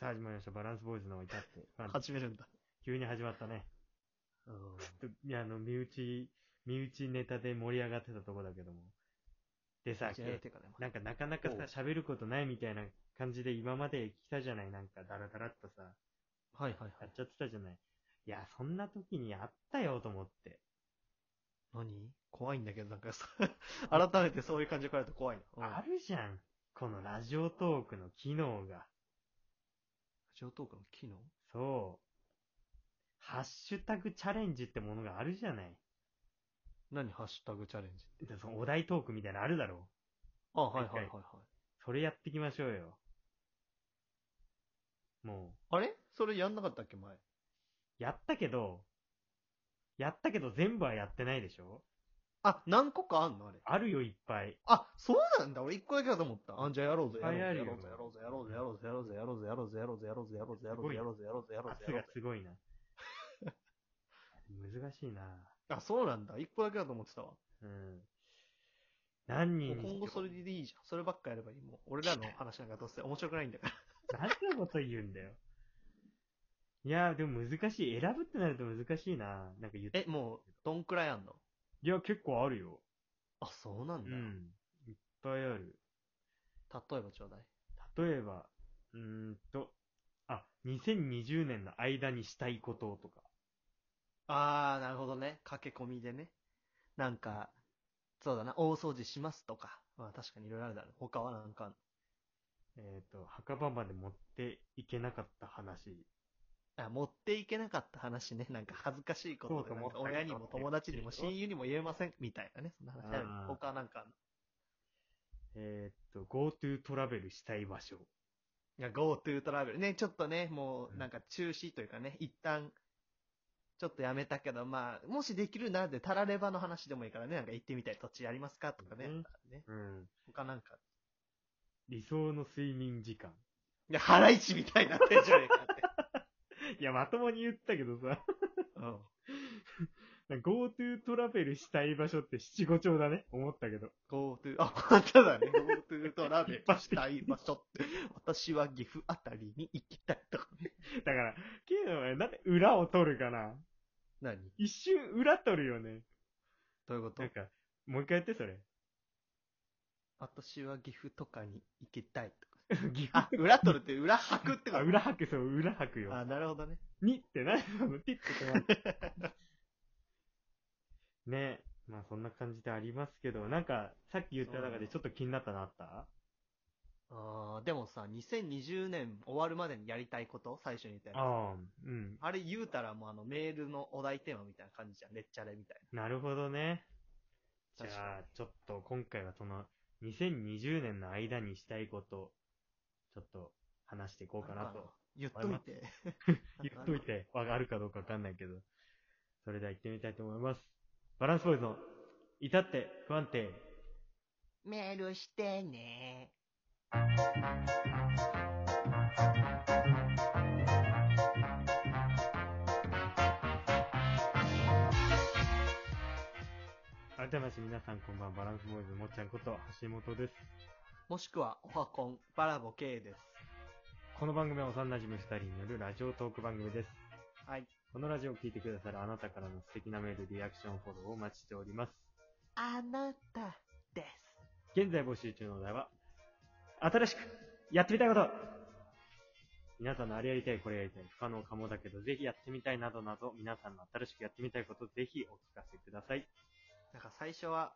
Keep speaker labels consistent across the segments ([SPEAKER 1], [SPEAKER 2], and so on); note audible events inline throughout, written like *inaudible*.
[SPEAKER 1] さあ始まりました。バランスボーイズの至
[SPEAKER 2] *laughs*
[SPEAKER 1] って。まあ、
[SPEAKER 2] 始めるんだ。
[SPEAKER 1] 急に始まったね。
[SPEAKER 2] うん。
[SPEAKER 1] ちょっと、いやあの、身内、身内ネタで盛り上がってたとこだけども。でさ、
[SPEAKER 2] じゃあてかね、
[SPEAKER 1] なんかなかなか
[SPEAKER 2] おう
[SPEAKER 1] さ、喋ることないみたいな感じで今まで来たじゃないなんかダラダラっとさ、
[SPEAKER 2] はいはいは
[SPEAKER 1] や
[SPEAKER 2] い
[SPEAKER 1] っ。ちゃってたじゃないいや、そんな時にあったよと思って。
[SPEAKER 2] 何怖いんだけど、なんか *laughs* さ、改めてそういう感じで来られると怖いな。うん
[SPEAKER 1] あるじゃん。このラジオトークの機能が。
[SPEAKER 2] ラジオトークの機能
[SPEAKER 1] そう。ハッシュタグチャレンジってものがあるじゃない。
[SPEAKER 2] 何ハッシュタグチャレンジって。
[SPEAKER 1] でそのお題トークみたいなのあるだろ
[SPEAKER 2] あ、はいはいはい
[SPEAKER 1] 一
[SPEAKER 2] はい。
[SPEAKER 1] それやっていきましょうよ。も
[SPEAKER 2] あれそれやんなかったっけ、前。
[SPEAKER 1] う、やったけど、やったけど全部はやってないでしょ
[SPEAKER 2] あ、何個かあんのあれ。
[SPEAKER 1] あるよ、いっぱい。
[SPEAKER 2] あ、そうなんだ。俺一個だけだと思った。あ、じゃあやろうぜ。
[SPEAKER 1] いっぱいあるよ
[SPEAKER 2] やろうぜ、やろうぜ、やろうぜ、やろうぜ、やろうぜ、やろうぜ、やろうぜ、やろうぜ、やろうぜ、やろうぜ、やろうぜ、やろうぜ、やろうぜ、やろうぜ、
[SPEAKER 1] 圧がすごいな。 *laughs* 難しいな。
[SPEAKER 2] あ、そうなんだ。一個だけだと思ってたわ。
[SPEAKER 1] うん。何
[SPEAKER 2] も
[SPEAKER 1] 人
[SPEAKER 2] う今後それでいいじゃん。そればっかやればいい。もう俺らの話なんかどうせ面白くないんだから。
[SPEAKER 1] 何てこと言うんだよ。いやー、でも難しい。選ぶってなると難しいな。なんか言って。
[SPEAKER 2] え、もう、どんくらいあんの
[SPEAKER 1] いや、結構あるよ。
[SPEAKER 2] あ、そうなん
[SPEAKER 1] う
[SPEAKER 2] だ。
[SPEAKER 1] ん。いっぱいある。
[SPEAKER 2] 例えばちょうだい。
[SPEAKER 1] 例えば、うーんと、あ、2020年の間にしたいこととか。
[SPEAKER 2] あー、なるほどね。駆け込みでね。なんか、そうだな、大掃除しますとか。まあ確かにいろいろあるだろう。他はなんかあんの、
[SPEAKER 1] えっ、と、墓場まで持っていけなかった話。
[SPEAKER 2] あ、持っていけなかった話ね。なんか恥ずかしいこ
[SPEAKER 1] そう
[SPEAKER 2] と
[SPEAKER 1] と
[SPEAKER 2] で、な
[SPEAKER 1] 思
[SPEAKER 2] ん
[SPEAKER 1] った
[SPEAKER 2] か親にも友達にも
[SPEAKER 1] そう
[SPEAKER 2] 親友にも言えません。みたいなね。そんな話ある
[SPEAKER 1] あー。
[SPEAKER 2] 他はなんかあんの、
[SPEAKER 1] えっ、と、GoTo トラベルしたい場所。
[SPEAKER 2] いや、GoTo トラベル。ね、ちょっとね、も
[SPEAKER 1] う
[SPEAKER 2] うんなんか中止というかね、一旦、ちょっとやめたけど、まあ、もしできるならで、タラレバの話でもいいからね、なんか行ってみたい土地ありますかとかね。
[SPEAKER 1] うん
[SPEAKER 2] ね
[SPEAKER 1] うん。
[SPEAKER 2] 他なんか、
[SPEAKER 1] 理想の睡眠時間。
[SPEAKER 2] いや、ハライチみたいになってんじゃねえかって。
[SPEAKER 1] いや、まともに言ったけどさ、 *laughs*
[SPEAKER 2] うん。
[SPEAKER 1] GoTo トラベルしたい場所って七五調だね。思ったけど。
[SPEAKER 2] GoTo、あ、本当だね。GoTo トラベル
[SPEAKER 1] 一発的
[SPEAKER 2] したい場所って。私は岐阜あたりに行きたいとかね。
[SPEAKER 1] だから、ケイの前、なんで裏を取るかな
[SPEAKER 2] 何ど
[SPEAKER 1] 一瞬裏取るよね。
[SPEAKER 2] ういうこと
[SPEAKER 1] なんか、もう一回やって、それ。
[SPEAKER 2] 私は岐阜とかに行きたいとか。
[SPEAKER 1] *laughs* ギフ
[SPEAKER 2] あ、裏取るって裏吐くってこ
[SPEAKER 1] あ、
[SPEAKER 2] と
[SPEAKER 1] 裏吐く、そう、裏吐くよ。
[SPEAKER 2] あ、なるほどね。
[SPEAKER 1] にって何なのティッて止まる。 *laughs* ねまあそんな感じでありますけど、なんか、さっき言った中でちょっと気になったのあった
[SPEAKER 2] あーでもさ、2020年終わるまでにやりたいこと最初に言ったやつ。あ
[SPEAKER 1] ああ、うん。
[SPEAKER 2] れ言うたらもうあのメールのお題テーマみたいな感じじゃん。レッチャレみたい
[SPEAKER 1] なるほどね。じ
[SPEAKER 2] な。
[SPEAKER 1] ゃ
[SPEAKER 2] 確か
[SPEAKER 1] あ、ちょっと今回はその、2020年の間にしたいこと、ちょっと話していこ
[SPEAKER 2] に。
[SPEAKER 1] うかなと。
[SPEAKER 2] *laughs* 言っといて。
[SPEAKER 1] 言っといて、わかるかどうかわかんないけど。それでは行ってみたいと思います。バランスボーイズの、至って不安定。
[SPEAKER 2] メールしてね。
[SPEAKER 1] 改めまして皆さんこんばんは、バランスボーイズのもっちゃんこと橋本です。
[SPEAKER 2] もしくは、オハコン、バラボ K です。
[SPEAKER 1] この番組は幼馴染二人によるラジオトーク番組です。
[SPEAKER 2] はい。
[SPEAKER 1] このラジオを聞いてくださるあなたからの素敵なメール、リアクション、フォローをお待ちしております。
[SPEAKER 2] あなたです。
[SPEAKER 1] 現在募集中のお題は、新しくやってみたいこと皆さんのあれやりたい、これやりたい、不可能かもだけど、ぜひやってみたいなどなど、皆さんの新しくやってみたいこと、ぜひお聞かせください。
[SPEAKER 2] なんか最初は、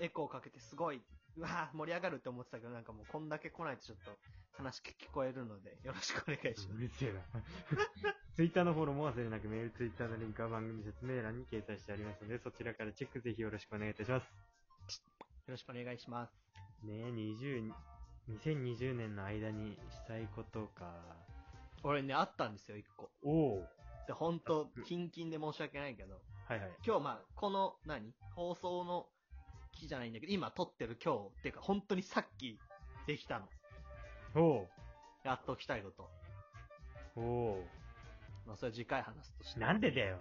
[SPEAKER 2] エコーかけてすごい、うわぁ、盛り上がるって思ってたけど、なんかもうこんだけ来ないとちょっと話聞こえるので、よろしくお願いしま
[SPEAKER 1] うるせえな。 *laughs* ツイッターのフォローも忘れなく、メール、ツイッターのリンクは番組説明欄に掲載してありますので、そちらからチェックぜひよろしくお願いいたします。
[SPEAKER 2] す。よろしくお願いします。
[SPEAKER 1] ねえ、20、2020年の間にしたいことか。
[SPEAKER 2] 俺ね、あったんですよ、一個。
[SPEAKER 1] おお
[SPEAKER 2] で、本当キンキンで申し訳ないけど、
[SPEAKER 1] はいはい。
[SPEAKER 2] 今日まあ、この、何放送の日じゃないんだけど、今撮ってる今日、っていうか本当にさっきできたの。
[SPEAKER 1] おお
[SPEAKER 2] やっときたいこと。
[SPEAKER 1] おお
[SPEAKER 2] まあ、それは次回話すとして。
[SPEAKER 1] なんでだよ。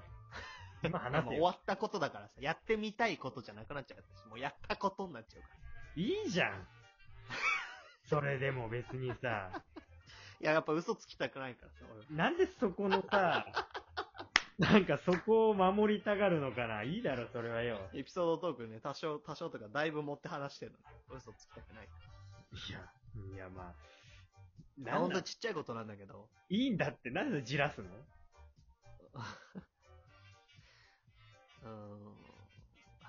[SPEAKER 1] 今
[SPEAKER 2] まあ
[SPEAKER 1] 話
[SPEAKER 2] もう
[SPEAKER 1] せ
[SPEAKER 2] 終
[SPEAKER 1] よ。
[SPEAKER 2] わったことだからさ、やってみたいことじゃなくなっちゃう私もうやったことになっちゃうから。
[SPEAKER 1] いいじゃん。それでも別にさ、
[SPEAKER 2] いや、やっぱ嘘つきたくないからさ、俺は
[SPEAKER 1] なんでそこのさ、なんかそこを守りたがるのかないいだろ、それはよ。
[SPEAKER 2] エピソードトークね、多少、多少とかだいぶ持って話してるの。嘘つきたくない。
[SPEAKER 1] いや、いやまあ。
[SPEAKER 2] あ
[SPEAKER 1] な
[SPEAKER 2] ほ
[SPEAKER 1] ん
[SPEAKER 2] んと
[SPEAKER 1] だ
[SPEAKER 2] ちっちゃいことなんだけど、
[SPEAKER 1] いいんだって、なんでじらすの
[SPEAKER 2] うーん。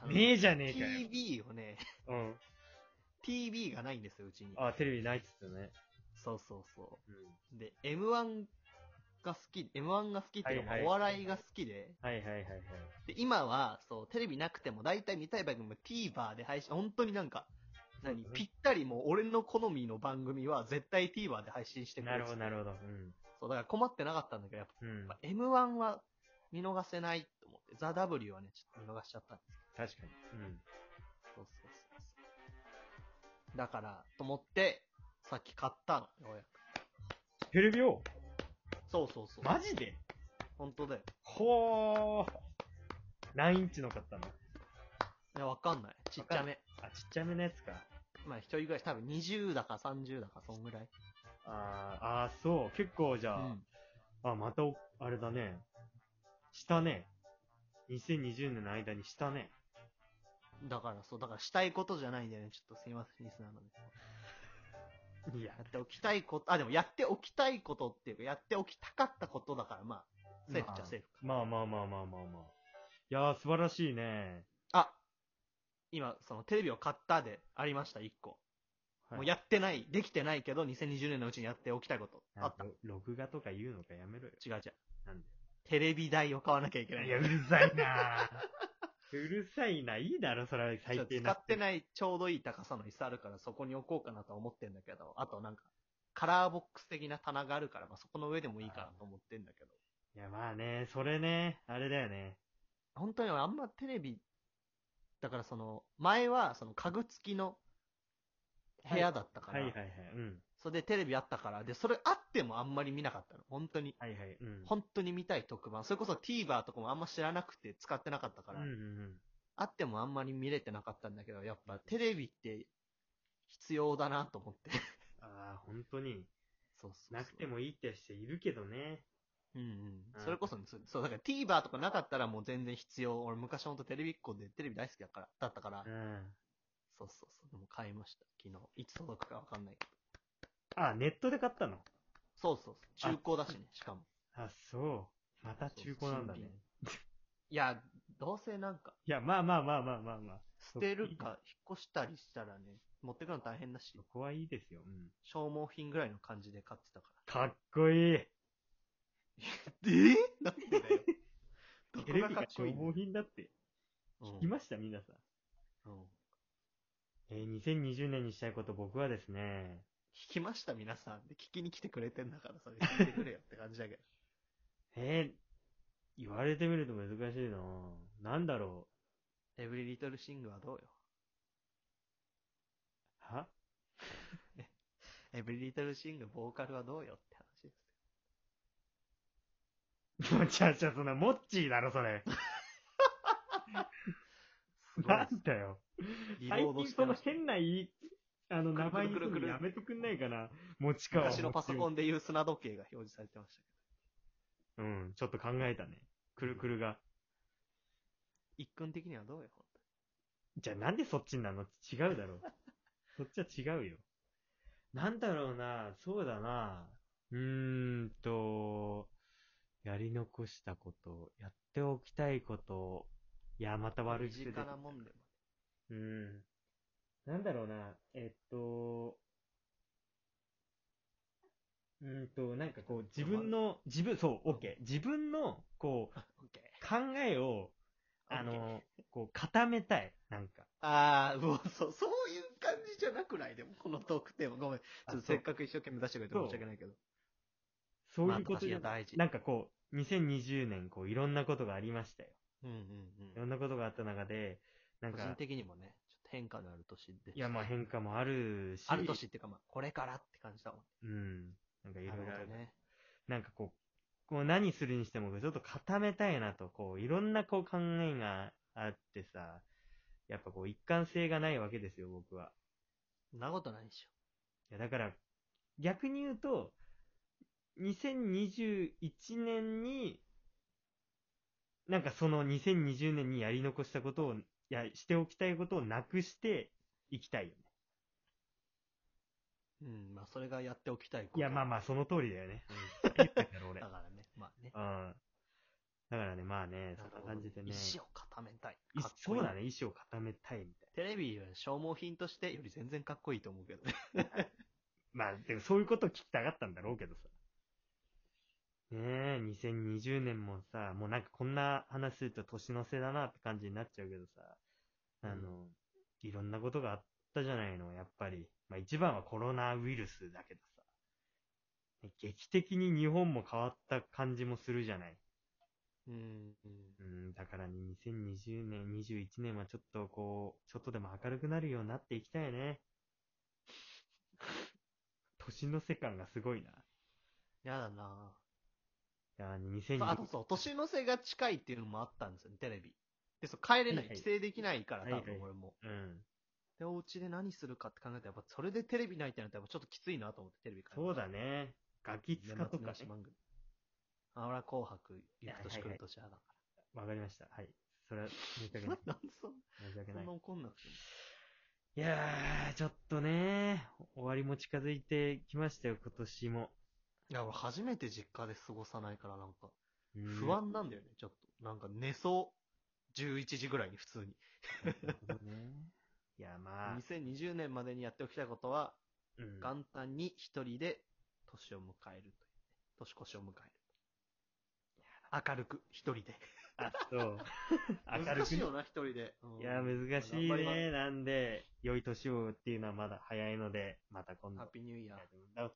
[SPEAKER 2] あの
[SPEAKER 1] ねえじゃねえかよ。
[SPEAKER 2] TV をね、 *laughs*
[SPEAKER 1] うん。
[SPEAKER 2] TV がないんですよ、うちに。
[SPEAKER 1] あ、テレビないっつってね。
[SPEAKER 2] そうそうそ
[SPEAKER 1] うん。
[SPEAKER 2] う。で、M1 が好き、M1 が好きっていうの
[SPEAKER 1] はい
[SPEAKER 2] も
[SPEAKER 1] はい
[SPEAKER 2] お笑いが好きで、
[SPEAKER 1] はいはいはいはい。
[SPEAKER 2] で、今は、そう、テレビなくても大体見たい番組も TVer で配信、本当になんか、何、
[SPEAKER 1] そうだね
[SPEAKER 2] ぴったりもう俺の好みの番組は絶対 TVer で配信してく
[SPEAKER 1] な
[SPEAKER 2] れ
[SPEAKER 1] る
[SPEAKER 2] る
[SPEAKER 1] ほど、なるほど。うん。
[SPEAKER 2] そう、だから困ってなかったんだけど、やっ
[SPEAKER 1] うん。
[SPEAKER 2] ぱ M1 は見逃せないと思って、ザ・ W はね、ちょっと見逃しちゃったんです
[SPEAKER 1] 確かに。うん。
[SPEAKER 2] けど、そうそうそうそう。だから、と思って、さっき買ったの、ようやく。
[SPEAKER 1] テレビを
[SPEAKER 2] そうそうそう。
[SPEAKER 1] マジで
[SPEAKER 2] 本当だよ。
[SPEAKER 1] ほー。何インチの買ったの
[SPEAKER 2] いや、わかんない。ちっちゃめ。
[SPEAKER 1] あ、ちっちゃめのやつか。
[SPEAKER 2] まあ、一人ぐらい、多分20だか30だか、そんぐらい。
[SPEAKER 1] あー、あーそう。結構じ
[SPEAKER 2] う
[SPEAKER 1] ゃあ、
[SPEAKER 2] ん。
[SPEAKER 1] あ、またお、あれだね。したね。2020年の間にしたね。
[SPEAKER 2] だから、そう、だからしたいことじゃないんだよね。ちょっとすいません、リスナーので。
[SPEAKER 1] いや
[SPEAKER 2] やっておきたいこと、あ、でもやっておきたいことっていうか、やっておきたかったことだから、まあ、セーフっちゃセーフか。
[SPEAKER 1] まあまあまあまあまあまあ。いやー、素晴らしいね。
[SPEAKER 2] あ、今、そのテレビを買ったでありました、一個。
[SPEAKER 1] はい
[SPEAKER 2] もうやってない、できてないけど、2020年のうちにやっておきたいこと。あ
[SPEAKER 1] なん
[SPEAKER 2] っ
[SPEAKER 1] か
[SPEAKER 2] た。違
[SPEAKER 1] 録画とか言うのかやめろよ。
[SPEAKER 2] う違う。
[SPEAKER 1] なんで
[SPEAKER 2] テレビ台を買わなきゃいけない。
[SPEAKER 1] いや、うるさいなぁ *laughs* うるさいな、いいだろ、それは
[SPEAKER 2] ち
[SPEAKER 1] 最
[SPEAKER 2] ょっと
[SPEAKER 1] 低
[SPEAKER 2] 使
[SPEAKER 1] な。
[SPEAKER 2] ってないちょうどいい高さの椅子あるから、そこに置こうかなとは思ってんだけど、あとなんか、カラーボックス的な棚があるから、まあ、そこの上でもいいかなと思ってんだけど。
[SPEAKER 1] いや、まあね、それね、あれだよね。
[SPEAKER 2] 本当に俺あんまテレビ、だからその、前はその家具付きの部屋だったか
[SPEAKER 1] は
[SPEAKER 2] ら、
[SPEAKER 1] いはいはい、うん。
[SPEAKER 2] それでテレビあったから、で、それあってもあんまり見なかったの。本当に、
[SPEAKER 1] はいはい、うん。
[SPEAKER 2] 本当に見たい特番。それこそ TVer とかもあんま知らなくて使ってなかったから、
[SPEAKER 1] うんうんうん。
[SPEAKER 2] あってもあんまり見れてなかったんだけど、やっぱテレビって必要だなと思って。 *laughs*
[SPEAKER 1] ああ、本当に、
[SPEAKER 2] そうそうそう
[SPEAKER 1] なくて。もいいって人いるけどね。
[SPEAKER 2] うんう。
[SPEAKER 1] うんん
[SPEAKER 2] それこそ、そうそう、だから TVer とかなかったらもう全然必要。俺昔ほんとテレビっ子でテレビ大好きだから、だったから
[SPEAKER 1] う、ん。
[SPEAKER 2] そうそうそう。でも買いました。昨日。いつ届くかわかんないけど。
[SPEAKER 1] あ、ネットで買ったの
[SPEAKER 2] そうそうそう。
[SPEAKER 1] あ
[SPEAKER 2] 中古だしね、しかも。
[SPEAKER 1] あ、そう。また中古なんだね
[SPEAKER 2] そう。。新品いや、どうせなんか、
[SPEAKER 1] いや、まあまあまあまあまあまあ。
[SPEAKER 2] 捨てるか引っ越したりしたらね、持ってくの大変だし
[SPEAKER 1] そ、こはいいですよ。うん。
[SPEAKER 2] 消耗品ぐらいの感じで買ってたか
[SPEAKER 1] かっこいい。
[SPEAKER 2] ら。えぇなんで
[SPEAKER 1] *laughs*
[SPEAKER 2] だよ。ど
[SPEAKER 1] テレ
[SPEAKER 2] こ
[SPEAKER 1] ビ
[SPEAKER 2] がか
[SPEAKER 1] が
[SPEAKER 2] っこ
[SPEAKER 1] 消
[SPEAKER 2] いいの
[SPEAKER 1] 耗品だって。聞きました、皆さん。
[SPEAKER 2] うんうん
[SPEAKER 1] えー、2020年にしたいこと、僕はですね、
[SPEAKER 2] 聞きました、皆さん。聞きに来てくれてんだから、それ聞いてくれよって感じだけど。 *laughs*
[SPEAKER 1] えー、言われてみると難しいななんだろ
[SPEAKER 2] エブリリトルシングはどうよ。
[SPEAKER 1] うは
[SPEAKER 2] エブリリトルシング、ボーカルはどうよって話です。
[SPEAKER 1] も *laughs* ちゃちゃ、そんな、モッチーだろ、それ。
[SPEAKER 2] すごい
[SPEAKER 1] な
[SPEAKER 2] で
[SPEAKER 1] んだよ。
[SPEAKER 2] す。リ
[SPEAKER 1] *laughs*
[SPEAKER 2] ロ
[SPEAKER 1] 最
[SPEAKER 2] ード
[SPEAKER 1] 近
[SPEAKER 2] して
[SPEAKER 1] その
[SPEAKER 2] ました
[SPEAKER 1] 変な言い、あの、名前に
[SPEAKER 2] く
[SPEAKER 1] す
[SPEAKER 2] るく
[SPEAKER 1] るの
[SPEAKER 2] るくるくる
[SPEAKER 1] やめてくんないかな。持ちかは。
[SPEAKER 2] 昔のパソコ
[SPEAKER 1] ン。
[SPEAKER 2] ンでいう砂時計が表示されてましたけど。
[SPEAKER 1] うん、ちょっと考えたね。くるくるが。
[SPEAKER 2] 一君的にはどうよ、本
[SPEAKER 1] じゃあなんでそっちになるの違うだ
[SPEAKER 2] *laughs*
[SPEAKER 1] ろう。そっちは違うよ。なんだろうな、そうだな。うーんと、やり残したこと、やっておきたいこと、いや、また
[SPEAKER 2] 当
[SPEAKER 1] 悪
[SPEAKER 2] 身
[SPEAKER 1] 口で。
[SPEAKER 2] 近なもんでも。
[SPEAKER 1] うん。なんだろうな、えっと、うーんと、なんかこう、自分
[SPEAKER 2] *laughs*
[SPEAKER 1] の、自分、そう、OK。自分の、こう、
[SPEAKER 2] オッケ
[SPEAKER 1] 考えを、
[SPEAKER 2] ー。
[SPEAKER 1] あ
[SPEAKER 2] オッケー
[SPEAKER 1] の、こう、固めたい。なんか。
[SPEAKER 2] あー、もうそう、そういう感じじゃなくないでも、このトークテーマ。ごめん。ち
[SPEAKER 1] あ
[SPEAKER 2] ょっと
[SPEAKER 1] そ
[SPEAKER 2] せ
[SPEAKER 1] う
[SPEAKER 2] っかく一生懸命出してくれて
[SPEAKER 1] そう
[SPEAKER 2] 申し訳ないけど。
[SPEAKER 1] そういうことじゃ
[SPEAKER 2] まあ
[SPEAKER 1] ない
[SPEAKER 2] 確かに大事
[SPEAKER 1] なんかこう、2020年、こう、いろんなことがありましたよ。
[SPEAKER 2] うんうん
[SPEAKER 1] いうろ
[SPEAKER 2] ん。
[SPEAKER 1] んなことがあった中で、なん
[SPEAKER 2] 個人
[SPEAKER 1] か、
[SPEAKER 2] 的にもね、ちょっと変化のある年で。
[SPEAKER 1] いや、まあ変化もあるし、
[SPEAKER 2] ある年っていうか、まあ、これからって感じだもん。
[SPEAKER 1] うん。なんかいろいろあ
[SPEAKER 2] な
[SPEAKER 1] る
[SPEAKER 2] ほどね。
[SPEAKER 1] なんかこう、こう何するにしても、ちょっと固めたいなと、こう、いろんなこう考えがあってさ、やっぱこう、一貫性がないわけですよ、僕は。
[SPEAKER 2] そんなことないでし
[SPEAKER 1] いや、だから、逆に言うと、 2021年に、なんかその2020年にやり残したことを、いや、しておきたいことをなくしていきたいよね。
[SPEAKER 2] うん、まあそれがやっておきたいこと。
[SPEAKER 1] いや、まあ
[SPEAKER 2] あ。
[SPEAKER 1] まあ、その通りだよね。うん。言ってんだろ、俺。
[SPEAKER 2] だ
[SPEAKER 1] *laughs* うん。
[SPEAKER 2] からね、まあね。
[SPEAKER 1] だからね、まあね、そ
[SPEAKER 2] な
[SPEAKER 1] ん
[SPEAKER 2] るほ
[SPEAKER 1] な
[SPEAKER 2] ど
[SPEAKER 1] 感じでね。
[SPEAKER 2] 意志を固めたい。
[SPEAKER 1] い
[SPEAKER 2] かっこい
[SPEAKER 1] そ
[SPEAKER 2] いう
[SPEAKER 1] だね、意志を固めたいみたい
[SPEAKER 2] テレビは消耗品としてより全然かっこいいと思うけどね。
[SPEAKER 1] な。まあ、でもそういうことを聞きたかったんだろうけどさ。ねえ、2020年もさ、もうなんかこんな話すると年の瀬だなって感じになっちゃうけどさ、あの、いろんなことがあったじゃないの、やっぱり。まあ一番はコロナウイルスだけどさ。ね劇的に日本も変わった感じもするじゃない。
[SPEAKER 2] うん。うん
[SPEAKER 1] うん、だからね2020年、21年はちょっとこう、ちょっとでも明るくなるようになっていきたい
[SPEAKER 2] *laughs*
[SPEAKER 1] ね。年の瀬感がすごいな。い
[SPEAKER 2] やだな
[SPEAKER 1] やー、
[SPEAKER 2] ぁそうあと
[SPEAKER 1] 2020
[SPEAKER 2] そう、年の瀬が近いっていうのもあったんですよね、テレビ。で、そう、帰れない
[SPEAKER 1] は、いはい
[SPEAKER 2] 帰省できないから、
[SPEAKER 1] はいは
[SPEAKER 2] 多
[SPEAKER 1] い
[SPEAKER 2] 分俺も。
[SPEAKER 1] うん。
[SPEAKER 2] で、お家で何するかって考えたら、やっぱそれでテレビないってなったら、やっぱちょっときついなと思って、テレビ変え
[SPEAKER 1] そ
[SPEAKER 2] ま
[SPEAKER 1] う
[SPEAKER 2] した
[SPEAKER 1] だね。ガキ使とかね
[SPEAKER 2] 年末年始番組。あ、俺は紅白、行く
[SPEAKER 1] はいはいはい
[SPEAKER 2] 年来る年派だか
[SPEAKER 1] わかりました。はい。それは申し
[SPEAKER 2] ら。。
[SPEAKER 1] 訳ない
[SPEAKER 2] *laughs* なんでそん
[SPEAKER 1] 申し訳
[SPEAKER 2] そ
[SPEAKER 1] なんい
[SPEAKER 2] な。怒んなくても。
[SPEAKER 1] いやー、ちょっとね、終わりも近づいてきましたよ、今年も。
[SPEAKER 2] いや、俺初めて実家で過ごさないから、なんか、
[SPEAKER 1] うん
[SPEAKER 2] 不安なんだよね、ちょっと。なんか寝そう。11時ぐらいに普通に。
[SPEAKER 1] なるほどね。いや、
[SPEAKER 2] *laughs*
[SPEAKER 1] まあ、
[SPEAKER 2] 2020年までにやっておきたいことは、
[SPEAKER 1] うん
[SPEAKER 2] 元旦に一人で年を迎えるという、年越しを迎える。明るく、一人で。
[SPEAKER 1] あ、
[SPEAKER 2] *laughs*
[SPEAKER 1] そう。
[SPEAKER 2] 難しいよな、一人で。うん
[SPEAKER 1] いや、難しい
[SPEAKER 2] 頑張ります
[SPEAKER 1] ね。なんで、良い年をっていうのはまだ早いので、また今度
[SPEAKER 2] ハッ。ピーニューイヤー。
[SPEAKER 1] だ